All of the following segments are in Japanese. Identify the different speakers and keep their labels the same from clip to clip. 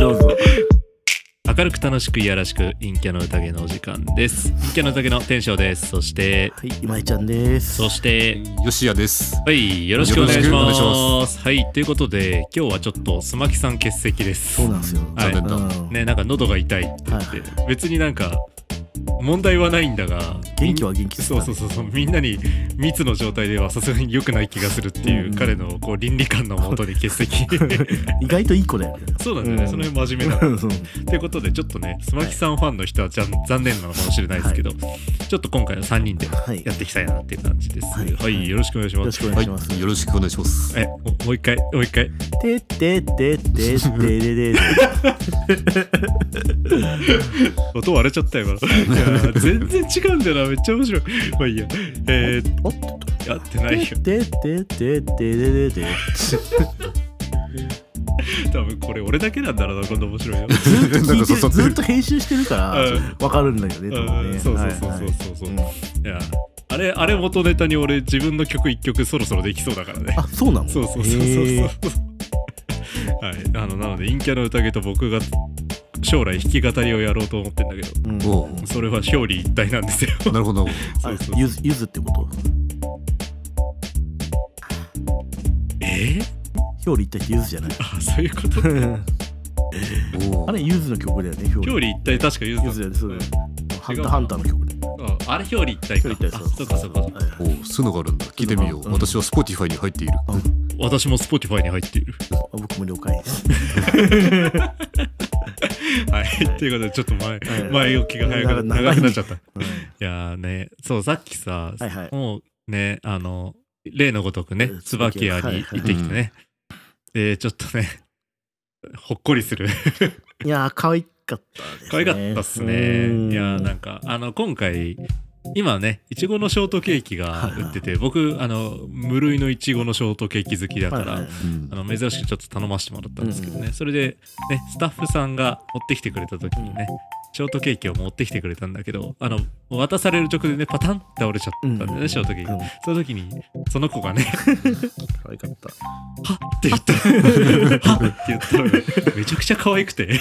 Speaker 1: どうぞ。
Speaker 2: 明るく楽しくいやらしく陰キャの宴のお時間です陰キャの宴の天翔ですそして
Speaker 1: はい、今井ちゃんです。
Speaker 2: そして
Speaker 3: よしやです。
Speaker 2: はいよろしくお願いしま
Speaker 3: よろしくお願
Speaker 2: すはいということで今日はちょっとスマキさん欠席です
Speaker 1: そうなんですよ。
Speaker 2: はい
Speaker 3: 残念だ
Speaker 1: うん
Speaker 2: ねなんか喉が痛いって言って、
Speaker 1: は
Speaker 2: 別になんか問題はないんだが
Speaker 1: 元気は元気です
Speaker 2: そうそうそうそうみんなに密の状態ではさすがに良くない気がするっていううん彼のこう倫理観のもとで欠 席
Speaker 1: 意外といい子だよね。
Speaker 2: そうなんだよね、
Speaker 1: うん
Speaker 2: その辺真面目な
Speaker 1: うん
Speaker 2: ってことでちょっとねスマキさんファンの人はじゃん残念なのかもしれないですけど、ちょっと今回は3人で
Speaker 1: はい。
Speaker 2: や
Speaker 1: よ
Speaker 2: っていきたいなっていう感じですは、
Speaker 1: はいい
Speaker 2: よろしくお願いしま
Speaker 1: ろ
Speaker 2: す
Speaker 1: しくお願
Speaker 3: はい
Speaker 1: します。
Speaker 3: い、よろしくお願いします。
Speaker 2: えおもう一回もう一回
Speaker 1: てってってってってででで。
Speaker 2: 音割れちゃったよ今 のいやー全然違うんだよなめっちゃ面白いまあいいやえー、
Speaker 1: おっと。
Speaker 2: やってない よ
Speaker 1: てってってってってででで。
Speaker 2: 多分これ俺だけなんだろうなこんな面白 い
Speaker 3: な
Speaker 2: の
Speaker 3: ん
Speaker 1: 聞
Speaker 3: か
Speaker 1: い
Speaker 3: 刺
Speaker 1: て
Speaker 3: さ
Speaker 1: る
Speaker 3: って
Speaker 1: ずっ
Speaker 3: る
Speaker 1: と。編集してるからわかるんだよね。多分
Speaker 2: うん
Speaker 1: ね
Speaker 2: そう
Speaker 1: は
Speaker 2: そう
Speaker 1: いはい
Speaker 2: そうそうそうそう、
Speaker 1: うん
Speaker 2: いやあれあれ元ネタに俺自分の曲一曲そろそろできそうだからね
Speaker 1: あ、そうなの。
Speaker 2: そうそうそうそ
Speaker 1: へ
Speaker 2: う
Speaker 1: ー
Speaker 2: そう。はい、あのなので陰キャの宴と僕が将来弾き語りをやろうと思ってんだけど
Speaker 1: うん
Speaker 3: おう
Speaker 2: それは表裏一体なんですよ
Speaker 3: なるほど。
Speaker 1: あ
Speaker 2: そうそう
Speaker 1: ゆずゆずってこと。
Speaker 2: えー、
Speaker 1: 表裏一体ってゆず じゃない。
Speaker 2: あそういうこと
Speaker 3: おう
Speaker 1: あれゆずの曲だよね。
Speaker 2: 表
Speaker 1: 表裏。
Speaker 2: 裏一体確かゆず
Speaker 1: ゆずだよね。そうだよね。ハン
Speaker 2: 違
Speaker 1: タ
Speaker 2: うの
Speaker 1: ーハンターの曲だよ。
Speaker 2: ああれ表裏一体か
Speaker 1: 表裏一体
Speaker 2: あそうかそうか
Speaker 1: は
Speaker 3: おうそういうのがあるんだ。聞いてみよ
Speaker 1: う
Speaker 3: う。
Speaker 1: ん
Speaker 3: 私は Spotify に入っている。
Speaker 2: 私も Spotify に入っている
Speaker 1: い僕も了 解です。
Speaker 2: はいということでちょっと前、
Speaker 1: い
Speaker 2: 前置きが早
Speaker 1: 長
Speaker 2: くな長
Speaker 1: い
Speaker 2: くなっちゃったい
Speaker 1: うん
Speaker 2: やーねそうさっきさ、
Speaker 1: はいはい
Speaker 2: もうねあの例のごとくね
Speaker 1: うん
Speaker 2: 椿屋に行ってきてね、
Speaker 3: はいは
Speaker 2: でちょっとねほっこりする
Speaker 1: いやー、可愛かったです、ね。
Speaker 2: 可愛かったっすね。いやーなん
Speaker 1: か。
Speaker 2: かあの今回今ねいちごのショートケーキが売ってて、僕あの無類のいちごのショートケーキ好きだから、
Speaker 1: はいはい
Speaker 3: うん
Speaker 2: あの珍しくちょっと頼ませてもらったんですけどね、それで、ね、スタッフさんが持ってきてくれた時にね、ショートケーキを持ってきてくれたんだけどあの渡される直前でねパタンって倒れちゃったんだよね、
Speaker 1: うん
Speaker 2: ショートケーキ、
Speaker 1: うん
Speaker 2: その時にその子 がね
Speaker 1: 可愛かった。
Speaker 2: はっって言った。 はっって言ったのがめちゃくちゃ可愛く て。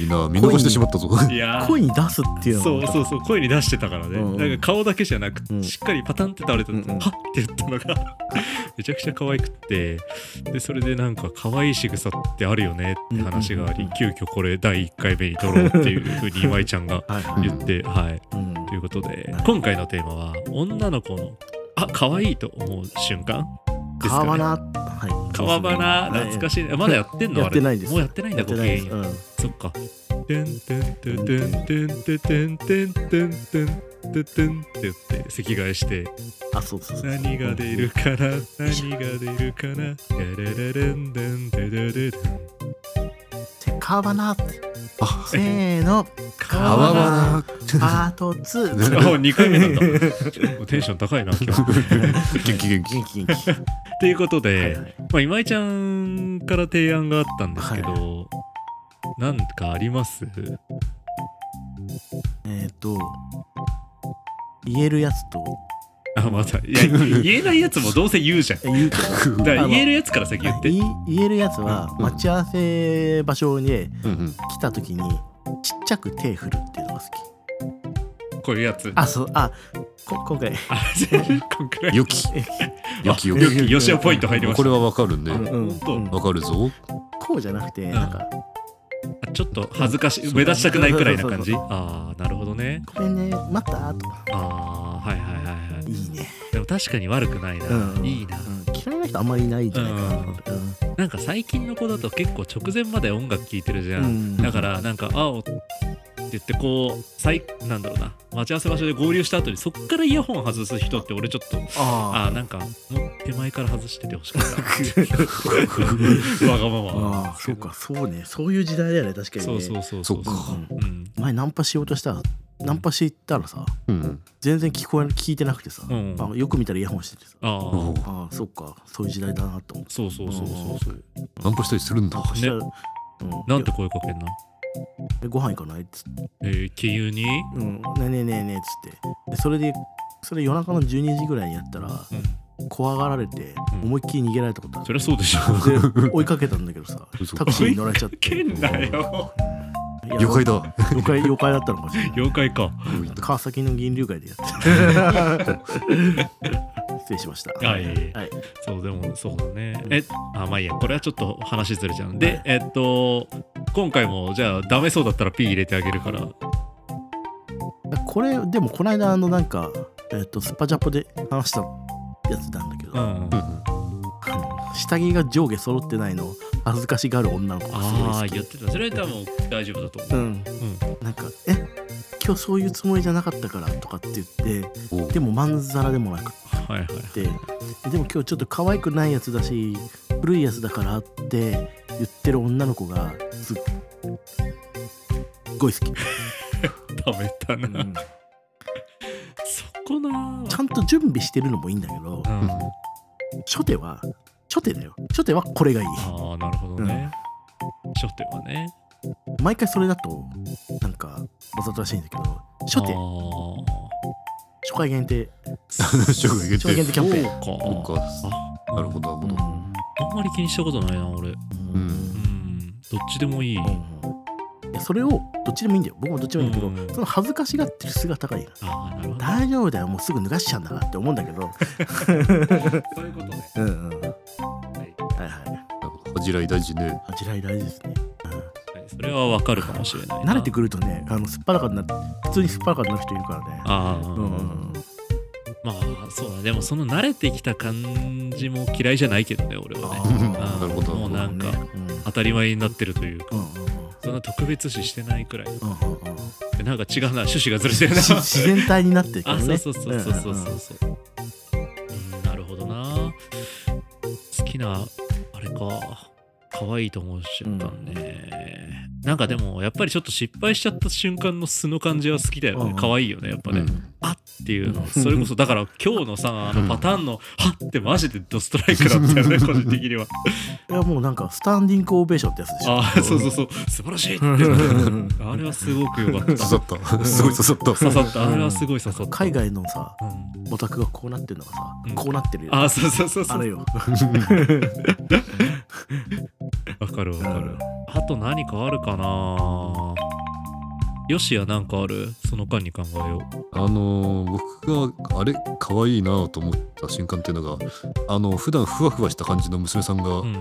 Speaker 3: いいな、見逃してしまったぞ。
Speaker 2: いやー
Speaker 1: 声に出すっていうの。
Speaker 2: そうそううそう声に出してたからね、
Speaker 1: うんうん
Speaker 2: なんか顔だけじゃなくて、
Speaker 1: うん
Speaker 2: しっかりパタンって倒れたの、
Speaker 1: うんうん
Speaker 2: はっって言ったのがめちゃくちゃ可愛くってでそれでなんか可愛い仕草ってあるよねって話があり、
Speaker 1: うんうんうん
Speaker 2: 急遽これ第1回目に撮ろうっていうふうに今井ちゃんが
Speaker 1: はいはい。
Speaker 2: 言って、はい
Speaker 1: うん
Speaker 2: ということで今回のテーマは女の子のあ可愛いと思う瞬間ですか
Speaker 1: 川
Speaker 2: ね
Speaker 1: 花。はい。
Speaker 2: 川花懐か
Speaker 1: し
Speaker 2: しいね、まだやってんの
Speaker 1: や
Speaker 2: あ
Speaker 1: っ
Speaker 2: れ
Speaker 1: てないです
Speaker 2: もうやってないんだ
Speaker 1: やってないです。
Speaker 2: ごき
Speaker 1: うん。
Speaker 2: そっか。てんてんてんてんてんてんてんてんてんてんてんてんって言って席替えして
Speaker 1: あ、そうそうそう。
Speaker 2: 何が出るかな何が出るかなてれれれんでんてれれれん
Speaker 1: 川花
Speaker 3: あ、
Speaker 1: せーの。
Speaker 3: あわわな。
Speaker 1: パート2。
Speaker 2: あ2回目なんだテンション高いな今日
Speaker 3: 元気元気。
Speaker 1: 元気元気。
Speaker 2: ということ
Speaker 1: は
Speaker 2: で
Speaker 1: いはい
Speaker 2: まあ今井ちゃんから提案があったんですけ
Speaker 1: は
Speaker 2: どなんかあります
Speaker 1: えっと、言えるやつと、
Speaker 2: あまたいや言えないやつもどうせ言うじゃん
Speaker 1: え言うけど
Speaker 2: だから言えるやつから先言って
Speaker 1: 言い言えるやつは
Speaker 3: うん
Speaker 1: 待ち合わせ場所に来
Speaker 3: うんうん。
Speaker 1: た時にちっちゃく手振るっていうのが好き
Speaker 2: こういうやつ
Speaker 1: あそうあこ今回
Speaker 2: あ、じゃあ こんくらい。
Speaker 3: 良き。良き良
Speaker 2: よき。
Speaker 3: き。
Speaker 2: よしおポイント入りまし
Speaker 3: こ
Speaker 2: た。
Speaker 3: れはわかる
Speaker 1: う
Speaker 3: ね。
Speaker 1: ん
Speaker 2: ほん
Speaker 3: わかるぞ。
Speaker 1: こうじゃなくて
Speaker 2: ん
Speaker 1: なんか
Speaker 2: あちょっと恥ずかしい。目立ちたくないくらいな感じ。
Speaker 1: そ
Speaker 2: ああ、なるほどね。
Speaker 1: 「ごめんね待った」とか
Speaker 2: ああ、はいはいはいはい
Speaker 1: いね
Speaker 2: い。でも確かに悪くないな。
Speaker 1: うん
Speaker 2: いいな。
Speaker 1: うん嫌いな人あんまりいないんじゃないかなうん
Speaker 2: なんか最近の子だと結構直前まで音楽聴いてるじゃん。
Speaker 1: うん
Speaker 2: だからなんか、あおって言ってこう、最、なんだろうな。待ち合わせ場所で合流した後にそっからイヤホン外す人って俺ちょっと、あ
Speaker 1: あ
Speaker 2: あ、なんか、もう手前から外しててほしかった。わがまま。
Speaker 1: あそうか。そうねそういう時代だよね確かに
Speaker 2: そう
Speaker 1: ね
Speaker 2: そうそうそう。
Speaker 3: そっか
Speaker 2: うんうん。
Speaker 1: 前ナンパしようとしたらナンパしていったらさ
Speaker 3: うん。
Speaker 1: 全然聞こえ聞いてなくてさ
Speaker 2: うん
Speaker 1: あよく見たらイヤホンしててさ
Speaker 2: ああ、
Speaker 3: おう
Speaker 1: ああそっかそういう時代だなと思って
Speaker 2: そうそうそうそうそう。
Speaker 3: ナンパしたりするんだ。
Speaker 1: そしたらうん
Speaker 2: なんて声かけんの
Speaker 1: えご飯行かないっつって、
Speaker 2: えー、急に
Speaker 1: うん、ねえねえねえねえっつってでそれでそれ夜中の12時ぐらいにやったら
Speaker 2: うん
Speaker 1: 怖がられて
Speaker 2: うん
Speaker 1: 思いっきり逃げられたことあ
Speaker 2: そ
Speaker 1: る、
Speaker 2: りゃそうでしょ。
Speaker 1: で追いかけたんだけどさ
Speaker 3: 嘘
Speaker 1: タクシーに乗られちゃって
Speaker 2: けんなよ。
Speaker 1: いや
Speaker 3: 妖怪だ。
Speaker 1: 妖怪妖怪だったのかしら
Speaker 2: 妖怪か。
Speaker 1: 川崎の銀龍会でやってた失礼しました
Speaker 2: あいえいえ
Speaker 1: はい
Speaker 2: そう、でもそうだね。え、あ、まあいいや、これはちょっと話ずれちゃうんで、えっと、今回もじゃあ、ダメそうだったら P 入れてあげるから、
Speaker 1: これでもこの間あのなんか、えっとスパジャポで話したやつなんだけど、
Speaker 2: う
Speaker 1: あ
Speaker 2: ん。
Speaker 1: の下着が上下揃ってないのを恥ずかしがる女の子がすごい
Speaker 2: ああ
Speaker 1: 好、き
Speaker 2: 言ってた。それは多分大丈夫だと
Speaker 1: う
Speaker 2: 思う。
Speaker 1: ん
Speaker 2: うん。
Speaker 1: なんか「え今日そういうつもりじゃなかったから」とかって言ってでもまんざらでもなく
Speaker 2: はいはい。
Speaker 1: ってでも今日ちょっと可愛くないやつだし古いやつだからって言ってる女の子がすっごい好き、
Speaker 2: ダメだ
Speaker 1: う
Speaker 2: な。
Speaker 1: ん
Speaker 2: そこな。
Speaker 1: ちゃんと準備してるのもいいんだけど
Speaker 2: うん。あ
Speaker 1: 初手は初手だよ初手はこれがいい
Speaker 2: あ、なるほどね。初手はね。
Speaker 1: 毎回それだとなんかわざとらしいんだけど初手
Speaker 2: あー
Speaker 1: 初回限定
Speaker 3: 初回限定
Speaker 1: 初回限定キャンペーン
Speaker 3: そっ
Speaker 2: か。
Speaker 3: か。
Speaker 2: あ
Speaker 3: なるほど、なるほど。
Speaker 2: あんまり気にしたことないな、俺。う
Speaker 1: うん
Speaker 3: うん
Speaker 2: ん。どっちでもいい。
Speaker 1: うんいやそれをどっちでもいいんだよ僕もどっちでもいいんだけど、
Speaker 2: うん
Speaker 1: その恥ずかしがってる姿がいいな
Speaker 2: ああ、なるほど。
Speaker 1: 大丈夫だよもうすぐ脱がしちゃうんだからって思うんだけど
Speaker 2: そういうことね。
Speaker 1: うんうんはい
Speaker 2: はい
Speaker 1: はい
Speaker 3: なるほど恥じらい大事ね。
Speaker 1: 恥じらい大事ですね、
Speaker 2: それはわかるかもしれない
Speaker 1: うん、
Speaker 2: な。
Speaker 1: 慣れてくるとねあのすっぱらかになる普通にすっぱらかになる人いるからね
Speaker 2: ああ、
Speaker 1: うんうん
Speaker 2: まあそうだねでもその慣れてきた感じも嫌いじゃないけどね俺はね
Speaker 3: あー
Speaker 2: うん
Speaker 3: なるほど
Speaker 2: もうなんか
Speaker 1: ねうん
Speaker 2: 当たり前になってるというか
Speaker 1: うんうんうん
Speaker 2: そんな特別視してないくらい
Speaker 1: うんうんうん
Speaker 2: なんか違うな趣旨がずれてるな
Speaker 1: し自然体になってるけど
Speaker 2: あ
Speaker 1: ね
Speaker 2: そうそうそうそうそうん
Speaker 1: ん
Speaker 2: そうそううんなるほどな好きなあれか可愛いと思う瞬間ね、なんかでもやっぱりちょっと失敗しちゃった瞬間の素の感じは好きだよ
Speaker 1: う
Speaker 2: ね
Speaker 1: ん
Speaker 2: 可愛いよねやっぱね、
Speaker 3: うん
Speaker 2: あっていうの、
Speaker 1: うん
Speaker 2: それこそだから今日のさあのパターンの「はっ」ってマジでドストライクだったよ ね個人的にはい
Speaker 1: やもうなんかスタンディングオベーションってやつでしょ
Speaker 2: ああそうそうそう素晴らしいって
Speaker 1: うん
Speaker 2: あれはすごくよかっ
Speaker 3: 刺
Speaker 2: た
Speaker 3: さった。すごい刺さった。
Speaker 2: 刺さったあれはすごい刺さった
Speaker 1: 海外のさ
Speaker 2: うん
Speaker 1: オタクがこうなってるのがさ、
Speaker 2: うん
Speaker 1: こうなってるよ
Speaker 2: ああそうそうそうそ
Speaker 1: あれ
Speaker 2: う
Speaker 1: よ
Speaker 2: わかるわか
Speaker 1: う
Speaker 2: る
Speaker 1: ん
Speaker 2: あと何かあるかなよしやなんかあるその間に考えよう
Speaker 3: あのー僕があれ可愛いなと思った瞬間っていうのがあの普段ふわふわした感じの娘さんが、
Speaker 2: うん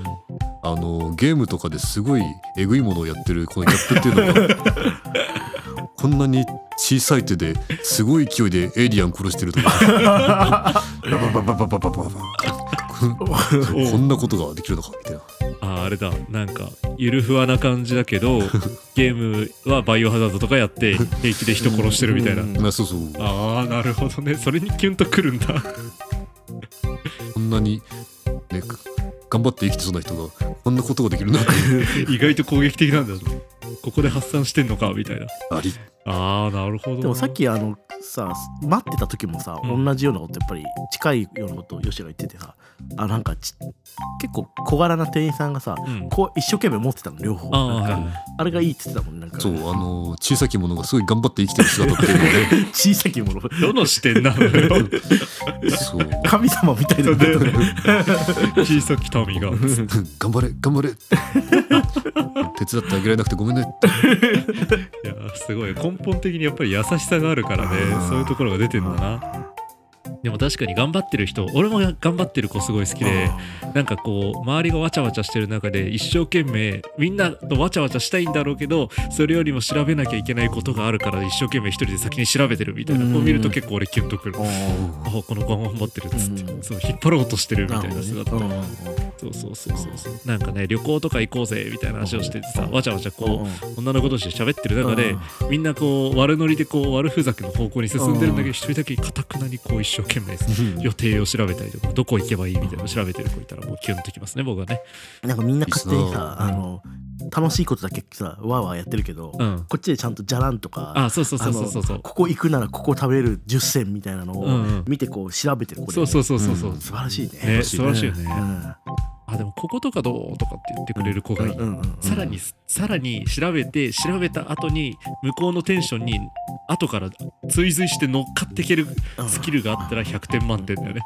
Speaker 3: あのーゲームとかですごいえぐいものをやってるこのギャップっていうのがこんなに小さい手ですごい勢いでエイリアン殺してるとかバババババババババここんなことができるのかみたいな
Speaker 2: あーあれだなんかゆるふわな感じだけ どゲームはバイオハザードとかやって平気で人殺してるみたいな
Speaker 1: うん
Speaker 3: まあそうそう
Speaker 2: ああなるほどねそれにキュンとくるんだ
Speaker 3: こんなにねか頑張って生きてそうな人がこんなことができるのか
Speaker 2: 意外と攻撃的なんだここで発散してんのかみたいな
Speaker 3: あり
Speaker 2: ああなるほどな
Speaker 1: でもさっきあのさ待ってた時もさ、
Speaker 2: うん
Speaker 1: 同じようなことやっぱり近いようなことをヨシが言っててさあなんかち結構小柄な店員さんがさ、
Speaker 2: うん
Speaker 1: こう一生懸命持ってたの両方
Speaker 2: あ
Speaker 1: な
Speaker 2: あ
Speaker 1: んか
Speaker 2: はいはい
Speaker 1: あれがいいって言ってたもんなんか
Speaker 3: そうあのー小さきものがすごい頑張って生きてる姿っていうのをね
Speaker 1: 小さきもの
Speaker 2: どの視点な のよ
Speaker 3: そう。
Speaker 1: 神様みたいなこと ね
Speaker 2: 小さき民が
Speaker 3: 頑張れ、頑張れ。手伝ってあげられなくてごめんね。
Speaker 2: いやーすごい根本的にやっぱり優しさがあるからね
Speaker 1: あー
Speaker 2: そういうところが出てんだなでも確かに頑張ってる人俺も頑張ってる子すごい好きでなんかこう周りがわちゃわちゃしてる中で一生懸命みんなとわちゃわちゃしたいんだろうけどそれよりも調べなきゃいけないことがあるから一生懸命一人で先に調べてるみたいな
Speaker 1: うん
Speaker 2: こう見ると結構俺キュンとくる
Speaker 1: あー
Speaker 2: あこの子頑張ってるっつっ
Speaker 1: うん
Speaker 2: てそう引っ張ろうとしてるみ
Speaker 1: な
Speaker 2: た
Speaker 1: るほ
Speaker 2: い
Speaker 1: ど
Speaker 2: な
Speaker 1: ね
Speaker 2: 姿
Speaker 1: うんうんうん
Speaker 2: そうそうそうそうそうなんかね旅行とか行こうぜみたいな話をしててさ
Speaker 1: うん
Speaker 2: わちゃわちゃこう
Speaker 1: うんうん
Speaker 2: 女の子同士で喋ってる中で、みんなこう悪ノリでこう悪ふざけの方向に進んでるんだけ
Speaker 1: う
Speaker 2: ど、
Speaker 1: ん
Speaker 2: 一人だけかたくなにこう一生懸命予定を調べたりとかどこ行けばいいみたいなのを調べてる子いたらもうキュンときますね僕はね
Speaker 1: なんかみんな勝手に
Speaker 3: い
Speaker 1: さ
Speaker 3: いっ
Speaker 1: あ
Speaker 3: すな
Speaker 1: の楽しいことだけさわーわーやってるけど、
Speaker 2: うん
Speaker 1: こっちでちゃんとじゃらんとか
Speaker 2: あそうそうそうそうそうそう
Speaker 1: ここ行くならここ食べる10選みたいなの
Speaker 2: うんう
Speaker 1: を
Speaker 2: ん
Speaker 1: 見てこう調べてる子で
Speaker 2: そうそうそうそう
Speaker 3: う
Speaker 2: そうん
Speaker 1: 素晴らしいね
Speaker 2: ね素晴らしいよね
Speaker 1: うん
Speaker 2: ああでもこことかどうとかって言ってくれる子がいい、
Speaker 1: うんうんうん
Speaker 2: さらにさらに調べて調べた後に向こうのテンションに後から追随して乗っかっていけるスキルがあったら100点満点だよね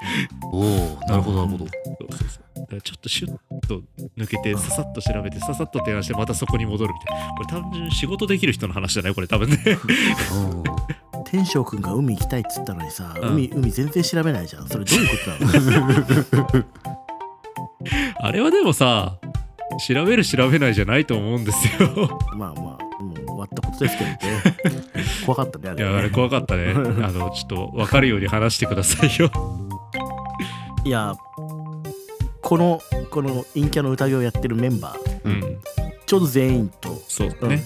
Speaker 3: おおなるほどなるほど
Speaker 2: そうそうそうだからちょっとシュッと抜けてささっと調べてささっと提案してまたそこに戻るみたいなこれ単純に仕事できる人の話じゃないこれ多分ね
Speaker 3: うん
Speaker 1: 天翔くんが海行きたいっつったのにさ、
Speaker 2: うん
Speaker 1: 海海全然調べないじゃんそれどういうことなの
Speaker 2: あれはでもさ調べる調べないじゃないと思うんです よ
Speaker 1: まあまあもう終わったことですけどね 怖かったねあ
Speaker 2: い
Speaker 1: れ
Speaker 2: やあ
Speaker 1: ね
Speaker 2: れ怖かった ねあのちょっと分かるように話してくださいよ
Speaker 1: いやこのこの陰キャの宴をやってるメンバー
Speaker 3: う
Speaker 2: うんん
Speaker 1: ちょうど全員と、
Speaker 2: そう
Speaker 1: うん
Speaker 2: ね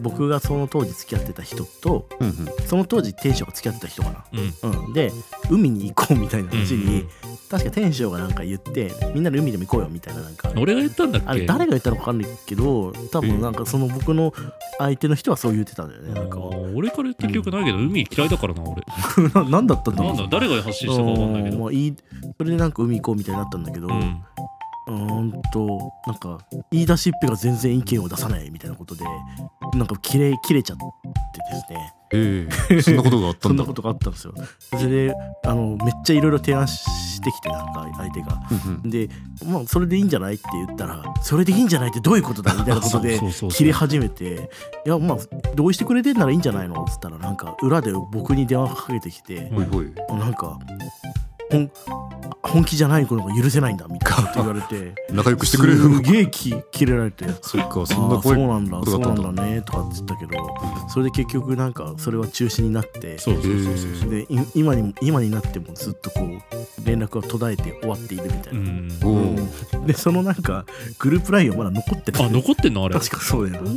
Speaker 1: 僕がその当時付き合ってた人と
Speaker 3: うんうん
Speaker 1: その当時天翔が付き合ってた人かな
Speaker 2: うん
Speaker 1: うん、で海に行こうみたいな話に、
Speaker 2: うんうん
Speaker 1: 確か天翔がなんか言ってみんなで海でも行こうよみたいななんか
Speaker 2: 俺が言ったんだっけ
Speaker 1: あれ誰が言ったのか分かんないけど多分なんかその僕の相手の人はそう言ってたんだよねなんか
Speaker 2: あー俺から言った記憶ないけど、海嫌いだからな俺
Speaker 1: ななんだったんだろ
Speaker 2: な
Speaker 1: うん
Speaker 2: だ誰が発信したか分かんないけ
Speaker 1: うん
Speaker 2: ど
Speaker 1: まあいいそれでなんか海行こうみたいになったんだけど、う、
Speaker 2: うんん
Speaker 1: んとなんか言い出しっぺが全然意見を出さないみたいなことでなんか切れ切れちゃってですね
Speaker 3: ええそんなことがあった
Speaker 1: そ
Speaker 3: ん
Speaker 1: ん
Speaker 3: だ
Speaker 1: なことがあったんですよそれであのめっちゃいろいろ提案してきてなんか相手が
Speaker 3: うんうん
Speaker 1: で、まあ、それでいいんじゃないって言ったら、それでいいんじゃないってどういうことだみたいなことで
Speaker 2: そうそうそうそう
Speaker 1: 切れ始めて、いや、まあ、同意してくれてんならいいんじゃないのっつったら、なんか、裏で僕に電話かけてきて、
Speaker 3: ほいほい
Speaker 1: なんか、ほん本気じゃない子の方が許せないんだみたいなこと言われて、
Speaker 3: 仲良くしてくれよ
Speaker 1: すげえき切れられて。
Speaker 3: そっか
Speaker 1: あ
Speaker 3: そんな
Speaker 1: ーそう
Speaker 3: 声
Speaker 1: なんだ
Speaker 3: こと
Speaker 1: そ
Speaker 3: だ
Speaker 1: う
Speaker 3: ったんだ
Speaker 1: なんだねとかって言ったけどそれで結局なんかそれは中止になって
Speaker 2: そうそうそうそう
Speaker 3: え
Speaker 1: でい今にも今になってもずっとこう連絡は途絶えて終わっているみたいな
Speaker 2: う、ん
Speaker 3: おお
Speaker 1: うんでそのなんかグループラインはまだ残ってる
Speaker 2: あ残ってんのあれ
Speaker 1: 確かそうだよな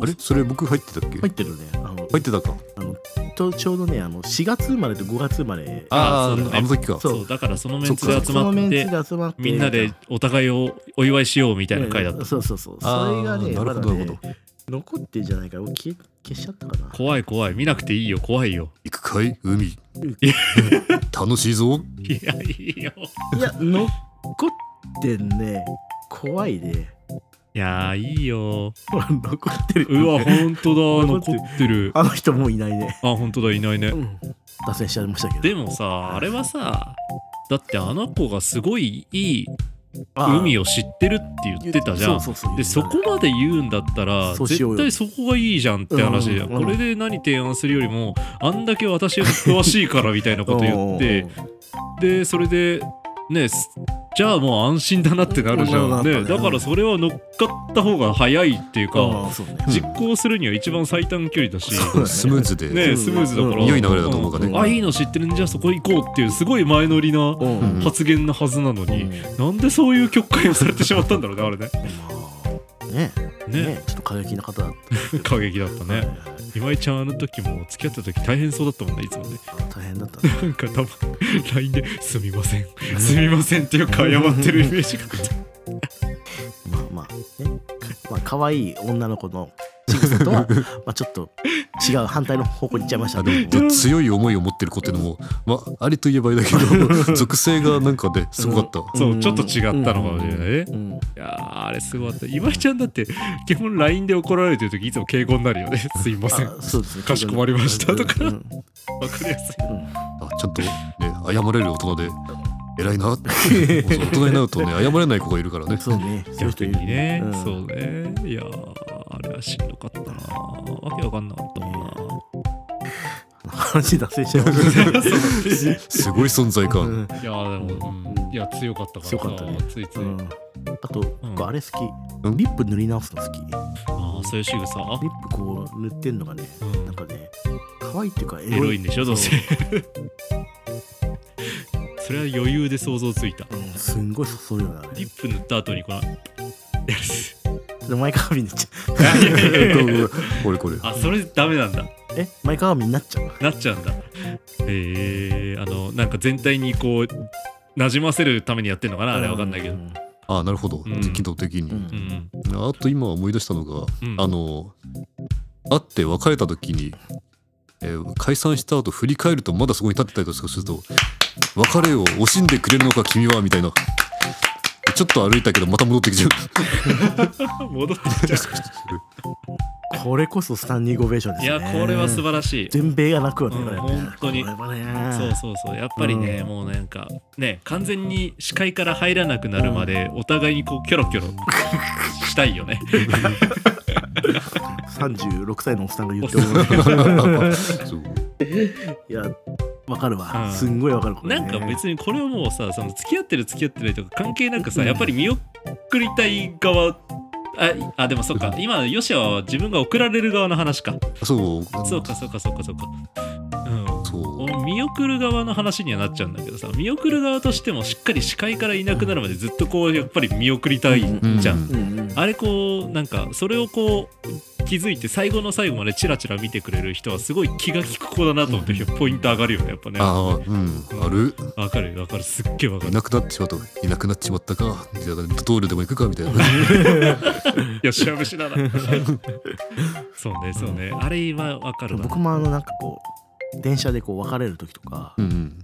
Speaker 3: あれそれ僕入ってたっけ
Speaker 1: 入
Speaker 3: 入
Speaker 1: ってるねあの
Speaker 3: ってたか
Speaker 1: とちょうどねあの4月生まれと5月生まれ
Speaker 2: あー
Speaker 3: あ
Speaker 2: そうだよ
Speaker 3: ー
Speaker 2: ね
Speaker 3: あの時か
Speaker 2: そうだからそのメン
Speaker 1: そ
Speaker 2: ツで
Speaker 1: う
Speaker 2: 集
Speaker 1: そ
Speaker 2: ま
Speaker 1: のメ
Speaker 2: っ
Speaker 1: ン
Speaker 2: て
Speaker 1: ツで集まって
Speaker 2: みんなでお互いをお祝いしようみ
Speaker 1: み
Speaker 2: たいな回だった
Speaker 1: そうそうそう
Speaker 3: あー
Speaker 1: それがね
Speaker 3: な
Speaker 1: ま
Speaker 3: るほ
Speaker 1: だ
Speaker 3: どなる
Speaker 1: ね
Speaker 3: ほど
Speaker 1: 残ってんじゃないから俺消え消しちゃったかな
Speaker 2: 怖い怖い見なくていいよ怖いよ
Speaker 3: 行くかい海楽しいぞ
Speaker 2: いやいいよ
Speaker 1: いや残ってんね怖いね
Speaker 2: いやーいいよ
Speaker 1: ほら残ってる
Speaker 2: うわほんと
Speaker 1: 残
Speaker 2: だ残
Speaker 1: ってる
Speaker 2: ってるあ
Speaker 1: あの人もういないね
Speaker 2: ほんとだいないね
Speaker 1: うん脱線しちゃいましたけど
Speaker 2: でもさあれはさだってあの子がすごいいい
Speaker 1: あー
Speaker 2: 海を知ってるって言ってたじゃん
Speaker 1: そうそうそう
Speaker 2: でそこまで言うんだったら
Speaker 1: そうしよう
Speaker 2: 絶
Speaker 1: よ
Speaker 2: 対そこがいいじゃんって話じゃん、
Speaker 1: うんうん
Speaker 2: これで何提案するよりもあんだけ私が詳しいからみたいなこと言っ
Speaker 1: う
Speaker 2: て
Speaker 1: ん
Speaker 2: でそれでねすじゃあもう安心だなってなるじゃん、
Speaker 1: うん
Speaker 2: ね、だからそれは乗っかった方が早いっていうか、
Speaker 1: あーそうね
Speaker 2: 実行するには一番最短距離だし、
Speaker 1: そうだね
Speaker 3: スムーズで、
Speaker 2: ね
Speaker 1: うん
Speaker 2: スムーズだから、
Speaker 1: うん
Speaker 3: 良い流れだと思うからね
Speaker 2: んあいいの知ってるんじゃあそこ行こうっていうすごい前乗りな
Speaker 1: うん
Speaker 3: うん
Speaker 2: 発言なはずなのに、
Speaker 1: うん
Speaker 2: なんでそういう曲解をされてしまったんだろうねあれね。
Speaker 1: まあねね
Speaker 2: ね
Speaker 1: ちょっと過激な方だっ
Speaker 2: 過激だっ
Speaker 1: た
Speaker 2: た
Speaker 1: ね、
Speaker 2: ね。今井ちゃんあの時も付き合った時大変そうだったもんねいつもね
Speaker 1: 大変だった ね
Speaker 2: なんかたま LINE で「すみませんすみません」ってよく謝ってるイメージが
Speaker 1: まあまあねまあ可愛い女の子の仕草と はまあちょっと違う反対の方向に行っちゃいました
Speaker 3: あで
Speaker 1: ね
Speaker 3: もど強い思いを持ってる子っていうのも、まあ、ありといえばあれだけど属性がなんかねすごかった、
Speaker 2: そうちょっと違ったのかもしれないね
Speaker 1: うんうん
Speaker 2: いやーあれすごかった今井ちゃんだって基本 LINE で怒られてる時いつも敬語になる よね「すいません」わ
Speaker 1: あそうですね
Speaker 2: かしこまりましたとか
Speaker 1: うんうん
Speaker 2: かりやすい
Speaker 3: あちゃんと、ね、謝れる大人で偉いなってそう大人になるとね謝れない子がいるからね
Speaker 1: そうねそういう人
Speaker 2: 逆
Speaker 1: いる
Speaker 2: にね、
Speaker 1: うん
Speaker 2: そうねいやーあれはしんどかったなわけわかんなかったもんな
Speaker 1: 話脱線しちゃいましたね
Speaker 3: すごい存在
Speaker 1: う
Speaker 3: 感、
Speaker 1: ん
Speaker 2: いやーでも、うん、いや強かったからさ
Speaker 1: 強かったね
Speaker 2: ついつい、
Speaker 1: うんあと
Speaker 2: うん
Speaker 1: 僕あれ好
Speaker 3: う
Speaker 1: き
Speaker 3: ん
Speaker 1: リップ塗り直すの好き
Speaker 2: ああそういう仕草
Speaker 1: リップこう塗ってんのがね
Speaker 2: うん
Speaker 1: なんかね可愛いっていうかエ
Speaker 2: エロ
Speaker 1: ロ
Speaker 2: い
Speaker 1: い
Speaker 2: んでしょどうせそれは余裕で想像ついた
Speaker 1: うんすんごい誘うよねあれ
Speaker 2: リップ塗った後に この
Speaker 1: で前かがみになっちゃう。
Speaker 3: ごめんごめんこれこれ
Speaker 2: あそれダメなんだ
Speaker 1: え前かがみになっちゃう。
Speaker 2: なっちゃうんだえー、あのなんか全体にこう馴染ませるためにやってんのかなあれわかんないけど
Speaker 1: う
Speaker 2: うん
Speaker 3: あなるほど
Speaker 2: うん
Speaker 3: 適度的に、
Speaker 1: うん
Speaker 2: うん
Speaker 3: あと今思い出したのが、
Speaker 2: うん
Speaker 3: あの会って別れた時に、えー解散した後振り返るとまだそこに立ってたりとかすると「別れを惜しんでくれるのか君は」みたいなちょっと歩いたけどまた戻ってきちゃう
Speaker 2: 戻ってきちゃ
Speaker 1: これこそスタンディングオベーションで
Speaker 2: う。い
Speaker 1: すね
Speaker 2: や、 これは素晴らしい。
Speaker 1: 全米が泣くよね、
Speaker 2: うん
Speaker 1: これ
Speaker 2: 本当に
Speaker 1: これは
Speaker 2: そう
Speaker 1: ね
Speaker 2: そうそう。やっぱりね、
Speaker 1: うん
Speaker 2: もうなんか、ね、完全に視界から入らなくなるまで、お互いにこう、キョロキョロしたいよね。
Speaker 1: 36歳のおっさんが言っても
Speaker 3: そう
Speaker 1: いやわかるわ、
Speaker 2: うん
Speaker 1: すんごいわかるこれ、
Speaker 2: な
Speaker 1: ね、
Speaker 2: んか別にこれはもうさ、その付き合ってる付き合ってないとか関係なくさ、やっぱり見送りたい側、あ、あでもそっか、今、ヨシアは自分が送られる側の話か。
Speaker 3: そう
Speaker 2: そうか、そうか、そうか、そうか。うん。
Speaker 3: そう
Speaker 2: 俺見送る側の話にはなっちゃうんだけどさ見送る側としてもしっかり視界からいなくなるまでずっとこうやっぱり見送りたいじゃ
Speaker 3: うん
Speaker 2: ん、
Speaker 1: うんうん、
Speaker 2: あれこうなんかそれをこう気づいて最後の最後までチラチラ見てくれる人はすごい気が利く子だなと思ってポイント上がるよねやっぱねわ
Speaker 3: ああうんある
Speaker 2: かるわかるすっげえわか
Speaker 3: い
Speaker 2: る
Speaker 3: なくなってしまったいなくなっちまったかじゃあドトールでも行くかみたいな
Speaker 2: よしやむしだなそうねそうねあれはわかるな
Speaker 1: 僕もあのなんかこう電車でこう別れる時とか、
Speaker 3: うん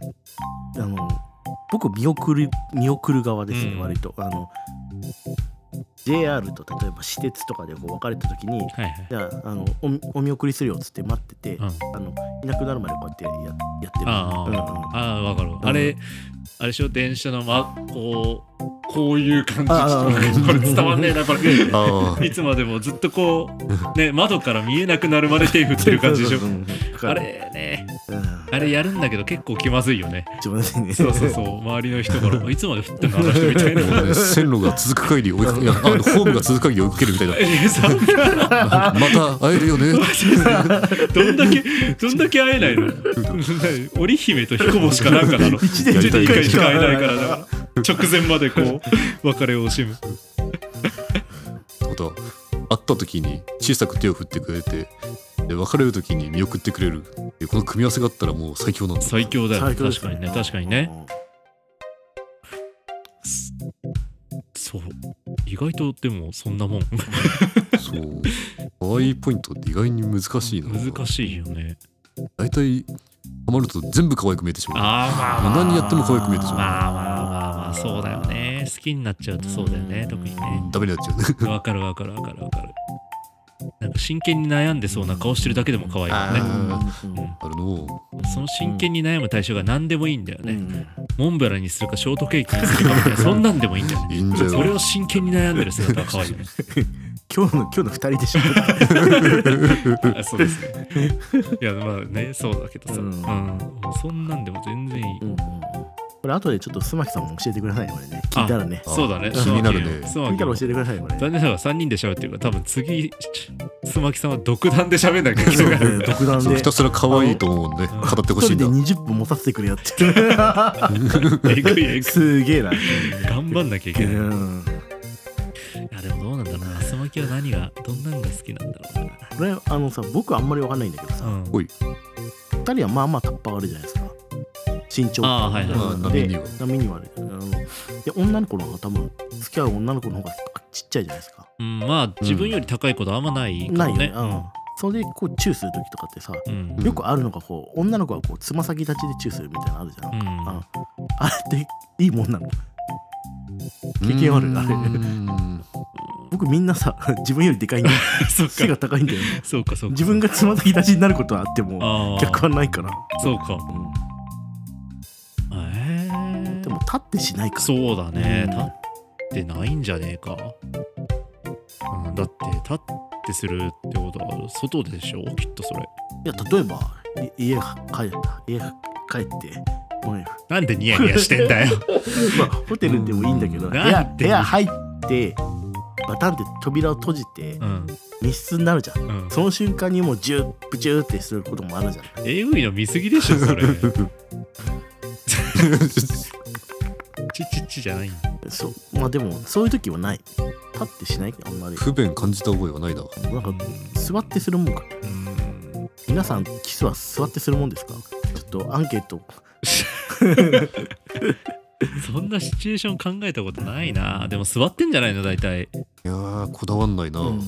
Speaker 3: うん
Speaker 1: あの僕見送る見送る側ですね、
Speaker 2: うん
Speaker 1: 割とあの JR と例えば私鉄とかでこう別れた時に
Speaker 2: はいはい
Speaker 1: じゃああのおお見送りするよっつって待ってて、
Speaker 2: うん
Speaker 1: あのいなくなるまでこうやってややってる
Speaker 2: ああ
Speaker 1: うんうん
Speaker 2: ああわかるわ
Speaker 1: うん
Speaker 2: あれあれでしょ電車のまこうこういう感じちょ
Speaker 1: ああ
Speaker 2: っとこれ伝わんねえなこれ
Speaker 3: あ
Speaker 2: いつまでもずっとこうね窓から見えなくなるまで手振ってる感じでしょ
Speaker 1: そうそうそう
Speaker 2: あ、れね
Speaker 1: うん
Speaker 2: あれやるんだけど結構気まずいよ ね
Speaker 1: 自分でね
Speaker 2: そうそうそう周りの人 からいつまで振ってんのあの人みたいな
Speaker 3: あもうね線路が続く限り追いかけいやあのホームが続く限り追いかけるみたいな
Speaker 2: えそんな
Speaker 3: また会えるよね
Speaker 2: どんだけどんだけ会えないの 織姫と彦星かなんかなの
Speaker 1: 一年
Speaker 2: 一
Speaker 1: に
Speaker 2: 年
Speaker 1: 一
Speaker 2: に一
Speaker 1: 回
Speaker 2: 回
Speaker 1: し
Speaker 2: し
Speaker 1: か
Speaker 2: か
Speaker 1: 会え
Speaker 2: 会え
Speaker 1: な
Speaker 2: ないい
Speaker 1: か
Speaker 2: からら
Speaker 1: な
Speaker 2: な直前までこう別れを惜しむ
Speaker 3: また会った時に小さく手を振ってくれてで別れる時に見送ってくれるでこの組み合わせがあったらもう最強なんだ
Speaker 2: 最強だよ
Speaker 1: 最強で
Speaker 2: 確
Speaker 1: す
Speaker 2: かにね確かにね、すそう意外とでもそんなもん
Speaker 3: そう可愛いポイントって意外に難しいな
Speaker 2: 難しいよね
Speaker 3: 大体ハマると全部可愛く見えてしまう
Speaker 2: あ
Speaker 3: もう何やっても可愛く見えてし
Speaker 2: あ
Speaker 3: ま
Speaker 2: まあまあまあまあまあそうだよね好きになっちゃうとそうだよね特に
Speaker 3: う
Speaker 2: ね
Speaker 3: うんダメになっちゃうね
Speaker 2: わかるわかるわかるわかるなんか真剣に悩んでそうな顔してるだけでも可愛い
Speaker 1: うん
Speaker 2: よね
Speaker 1: うんうん
Speaker 3: あの
Speaker 2: その真剣に悩む対象が何でもいいんだよね、
Speaker 1: うん
Speaker 2: モンブランにするかショートケーキにするかみたい なそんなんでもいいんだよね
Speaker 3: いいんだよ
Speaker 2: それを真剣に悩んでる姿が可愛いよね
Speaker 1: 今日の今日の二人でしょ
Speaker 2: あそうですね。いや、まあね、そうだけどさ。
Speaker 1: う
Speaker 2: うんん。もうそんなんでも全然いい。
Speaker 1: これ後でちょっと須磨さんも教えてくださいねこれね聞いたらね
Speaker 2: そうだね。
Speaker 3: 気になるね
Speaker 2: そう
Speaker 1: 聞
Speaker 2: だ
Speaker 1: いたら教
Speaker 2: 残
Speaker 1: えてくださいねこれ
Speaker 2: 念ながら3人で喋ってるから、多分次、須磨木さんは独断で喋んなきゃいけ
Speaker 1: そう
Speaker 2: ない。
Speaker 1: ね独断
Speaker 3: そう
Speaker 1: で
Speaker 3: ひたすら可愛いと思うんで
Speaker 2: あの
Speaker 3: 語ってほ
Speaker 1: 一
Speaker 3: しい
Speaker 1: 人
Speaker 3: ん
Speaker 1: で
Speaker 3: だ
Speaker 1: 20分持たせてくれや って
Speaker 2: えぐいえぐ い。
Speaker 1: すげえな
Speaker 2: 頑張んなきゃいけ
Speaker 1: う
Speaker 2: ない。い
Speaker 1: ん
Speaker 2: や、でもどうなんだろうな。須磨木は何が、どんなのが好きなんだろう
Speaker 1: これあのさ僕あんまりわかんないんだけどさ
Speaker 2: な。うん。
Speaker 3: おい
Speaker 1: 二人はまあまあタッパーがあるじゃないですか身長
Speaker 2: ああ、はいはい。
Speaker 3: あ波には
Speaker 1: 波にはあるあので女の子の方が多分付き合う女の子の方がちっちゃいじゃないですか
Speaker 2: うん、まあ、自分より高いことあんまないか
Speaker 1: ないよ
Speaker 2: も
Speaker 1: ね
Speaker 2: ね。
Speaker 1: うんそれでこうチューする時とかってさ
Speaker 2: うん。
Speaker 1: よくあるのがこう女の子がこうつま先立ちでチューするみたいなのあるじゃん、
Speaker 2: うん
Speaker 1: ああれっていいもんなの経験あるあれ
Speaker 3: うん
Speaker 1: 僕みんなさ 自分よりでかいんだよ
Speaker 2: そっ
Speaker 1: 背が
Speaker 2: か。
Speaker 1: 高いんだよ
Speaker 2: そうか、そうか。
Speaker 1: 自分がつま先立ちになることはあっても
Speaker 2: ああ、
Speaker 1: 逆はないから、
Speaker 2: そうか。
Speaker 1: う
Speaker 2: えー
Speaker 1: んでも立ってしないから
Speaker 2: そうだね、
Speaker 1: うん
Speaker 2: 立ってないんじゃねえか、うん、だって立ってするってことは外でしょきっとそれ
Speaker 1: いや例えばい家帰った家帰ってもう、
Speaker 2: なんでニヤニヤしてんだよ
Speaker 1: まあ、ホテルでもいいんだけど
Speaker 2: うん
Speaker 1: 部屋
Speaker 2: なん
Speaker 1: 部
Speaker 2: で
Speaker 1: 屋入ってバタンって扉を閉じて
Speaker 2: うん
Speaker 1: 密室になるじゃん
Speaker 2: うん
Speaker 1: その瞬間にもうジュープジューってすることもあるじゃん
Speaker 2: AV の見過ぎでしょそれちちちじゃないんだ
Speaker 1: そうまあでもそういう時はない立ってしないあんまり
Speaker 3: 不便感じた覚えはないな
Speaker 1: なんか座ってするもんか
Speaker 2: うん
Speaker 1: 皆さんキスは座ってするもんですかちょっとアンケート
Speaker 2: そんなシチュエーション考えたことないなでも座ってんじゃないの大体
Speaker 3: いやーこだわんないな、
Speaker 1: うん
Speaker 2: うん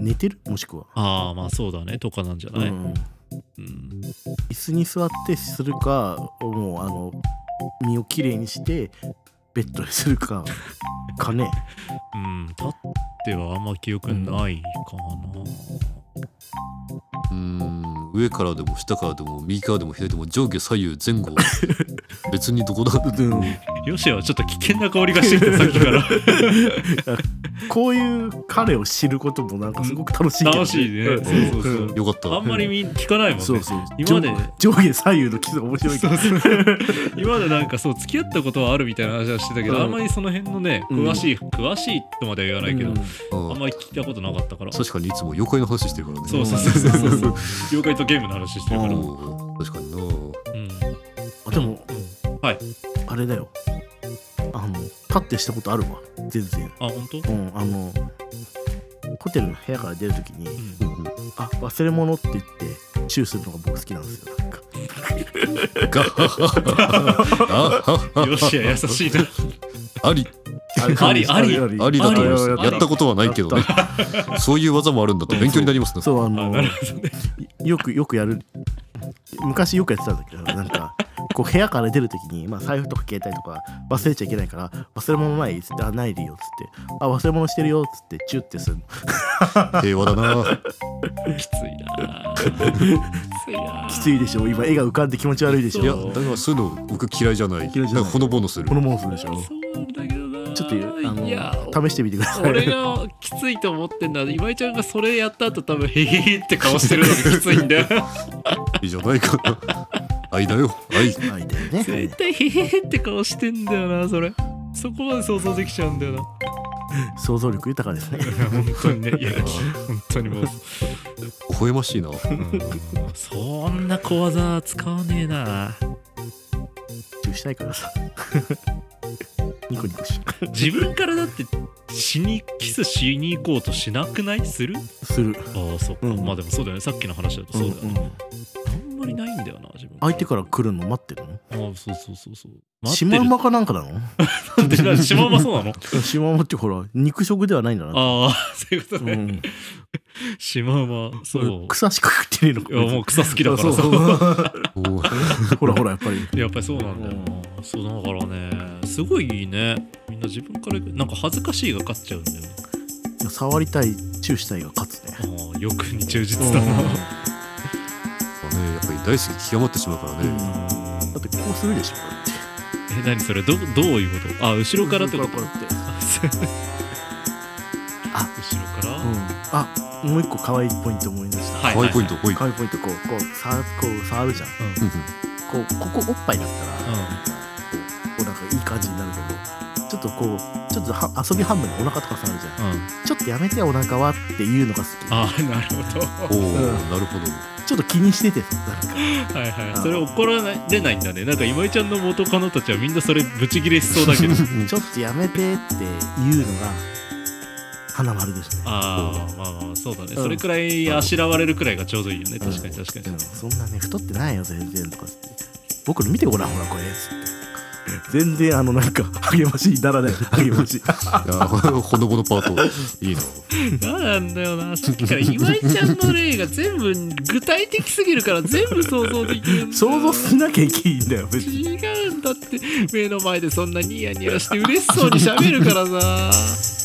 Speaker 1: 寝てるもしくは、
Speaker 2: ああまあそうだねとかなんじゃ
Speaker 1: う
Speaker 2: ない、
Speaker 1: ん
Speaker 2: うん
Speaker 1: 椅子に座ってするかもうあの身をきれいにしてベッドでするかかね
Speaker 2: うん立ってはあんま記憶ないかな、
Speaker 3: うーん上からでも下からでも右からでも左でも上下左右前後別にどこだ
Speaker 1: うん
Speaker 2: ヨシアはちょっと危険な香りがしてき たさっきから
Speaker 1: こういう彼を知ることもなんかすごく楽しいけど
Speaker 2: 楽しいね、
Speaker 1: うん
Speaker 2: そうそうそう
Speaker 3: よかった
Speaker 2: あんまりみ聞かないもんね
Speaker 1: そうそう
Speaker 2: 今まで
Speaker 1: 上上下左右の基礎が面白いけど
Speaker 2: 今までなんかそう付き合ったことはあるみたいな話はしてたけど、
Speaker 1: うん
Speaker 2: あんまりその辺のね
Speaker 1: うん
Speaker 2: 詳しい、詳しいとまでは言わないけど、
Speaker 1: うん
Speaker 3: うん
Speaker 2: あんまり聞いたことなかったからそう
Speaker 3: 確かにいつも妖怪の話してるからね
Speaker 2: そうそうそうそうそう妖怪とゲームの話してるから、
Speaker 1: う
Speaker 2: うんん
Speaker 3: うん確かにな
Speaker 1: あでも
Speaker 2: はい
Speaker 1: あれだよあの立ってしたことあるわ全然
Speaker 2: あ本当、う
Speaker 1: うんあのホテルの部屋から出るときに
Speaker 2: ん
Speaker 3: う、んうん
Speaker 1: 「あ忘れ物」って言ってチューするのが僕好きなんですよなんか
Speaker 3: ガッハッハッハッハ
Speaker 2: よしや優 しいな。
Speaker 3: あり
Speaker 2: ありあり
Speaker 3: ありだと思います
Speaker 2: あり
Speaker 3: やったことはないけどねそういう技もあるんだと勉強になりますね
Speaker 1: そうあ
Speaker 2: あ
Speaker 1: の
Speaker 2: なるほどね。
Speaker 1: よくよくやる昔よくやってたんだけどなんかこう部屋から出るときに、まあ、財布とか携帯とか忘れちゃいけないから忘れ物ないっつって「あないでよ」っつって「あ忘れ物してるよ」っつってチュってするの
Speaker 3: 平和だな
Speaker 2: きついな。きついな。
Speaker 1: きついでしょ今絵が浮かんで気持ち悪いでし
Speaker 3: いや
Speaker 1: ょ
Speaker 3: だからそういうの僕嫌いじゃない
Speaker 1: 嫌いじゃない
Speaker 3: んかほのぼのする
Speaker 1: このモンスでし
Speaker 2: そ
Speaker 1: ょ
Speaker 2: うなんだけどな。
Speaker 1: ちょっとあ
Speaker 2: いや。
Speaker 1: の試してみてください
Speaker 2: 俺がきついと思ってんだ今井ちゃんがそれやった後多分へへへって顔してるのがきついんだよ
Speaker 3: いいじゃないかな 愛だよ愛
Speaker 1: はいだよね
Speaker 2: 絶対へへへって顔してんだよなそれそこまで想像できちゃうんだよな
Speaker 1: 想像力豊かですね
Speaker 2: 本当にねいや本当にもう、
Speaker 3: 微笑ましいな
Speaker 2: うんそんな小技使わねえな
Speaker 1: チューしたいから さニコニコし
Speaker 2: 自分からだってしにキスしに行こうとしなくないする
Speaker 1: する
Speaker 2: ああそっか、
Speaker 1: うん
Speaker 2: まあでもそうだよねさっきの話だとそうだよね、
Speaker 1: んうん
Speaker 2: あんまりないんだよな自分
Speaker 1: 相手から来るの待ってるの
Speaker 2: ああそうそうそうそう待
Speaker 1: シ
Speaker 2: って
Speaker 1: マ
Speaker 2: る
Speaker 1: ウマかなんかなの
Speaker 2: っ てなシマウマそうなの
Speaker 1: シマウマってほら肉食ではないんだな
Speaker 2: ああそういうこと
Speaker 1: う
Speaker 2: ね、
Speaker 1: ん、
Speaker 2: シマウマそう
Speaker 1: 草しか食ってねえのか
Speaker 2: いやもう草好きだからさ
Speaker 1: そうそう
Speaker 3: おー
Speaker 1: ほらほらやっぱり
Speaker 2: やっぱりそうなんだよなそうだからねすごいいいねみんな自分から行くなんか恥ずかしいが勝っちゃうんだよね
Speaker 1: 触りたいチューしたいが勝つね
Speaker 2: ああ欲に忠実だな、
Speaker 1: うん
Speaker 3: ねやっぱり大好き極まってしまうからね
Speaker 1: だってこうするでしょ
Speaker 2: え何それどどういうことあ後ろからってこと
Speaker 1: こうやって
Speaker 2: あそう
Speaker 1: あ
Speaker 2: 後 ろから、
Speaker 1: うんあもう一個可愛いポイント思い出した、
Speaker 2: はい
Speaker 3: 可愛いポイント多い
Speaker 1: 可愛いポイントこうこう触こう触るじゃん
Speaker 2: うん
Speaker 1: こうここおっぱいだったら、
Speaker 2: うん
Speaker 1: こうなんかいい感じになるけどちょっとこうちょっとは遊び半分でお腹とか触るじゃん
Speaker 2: うん
Speaker 1: ちょっとやめてお腹はっていうのが好き
Speaker 2: ああなるほど
Speaker 3: おお
Speaker 1: うん
Speaker 3: なるほど
Speaker 1: ちょっと気にしててなんか
Speaker 2: はいはい
Speaker 1: あ
Speaker 2: それ怒られないんだねなんか今井ちゃんの元カノたちはみんなそれブチギレしそうだけ ど
Speaker 1: ちょっとやめてっていうのが花丸ですね
Speaker 2: ああまあまあそうだね、
Speaker 1: うん
Speaker 2: それくらいあしらわれるくらいがちょうどいいよね
Speaker 1: うん
Speaker 2: 確かに確か
Speaker 1: う
Speaker 2: に
Speaker 1: ん、そんなね太ってないよ全然とかっつって僕の見てごらんほらこれつって全然あのなんか励ましいだらだよ励ましい
Speaker 3: いや ーほのぼのパートいいな
Speaker 2: 何なんだよなさっきから今井ちゃんの例が全部具体的すぎるから全部想像できるんだよ
Speaker 1: 想像しなきゃいけないんだよ別に
Speaker 2: 違うんだって目の前でそんなニヤニヤして嬉しそうに喋るからさ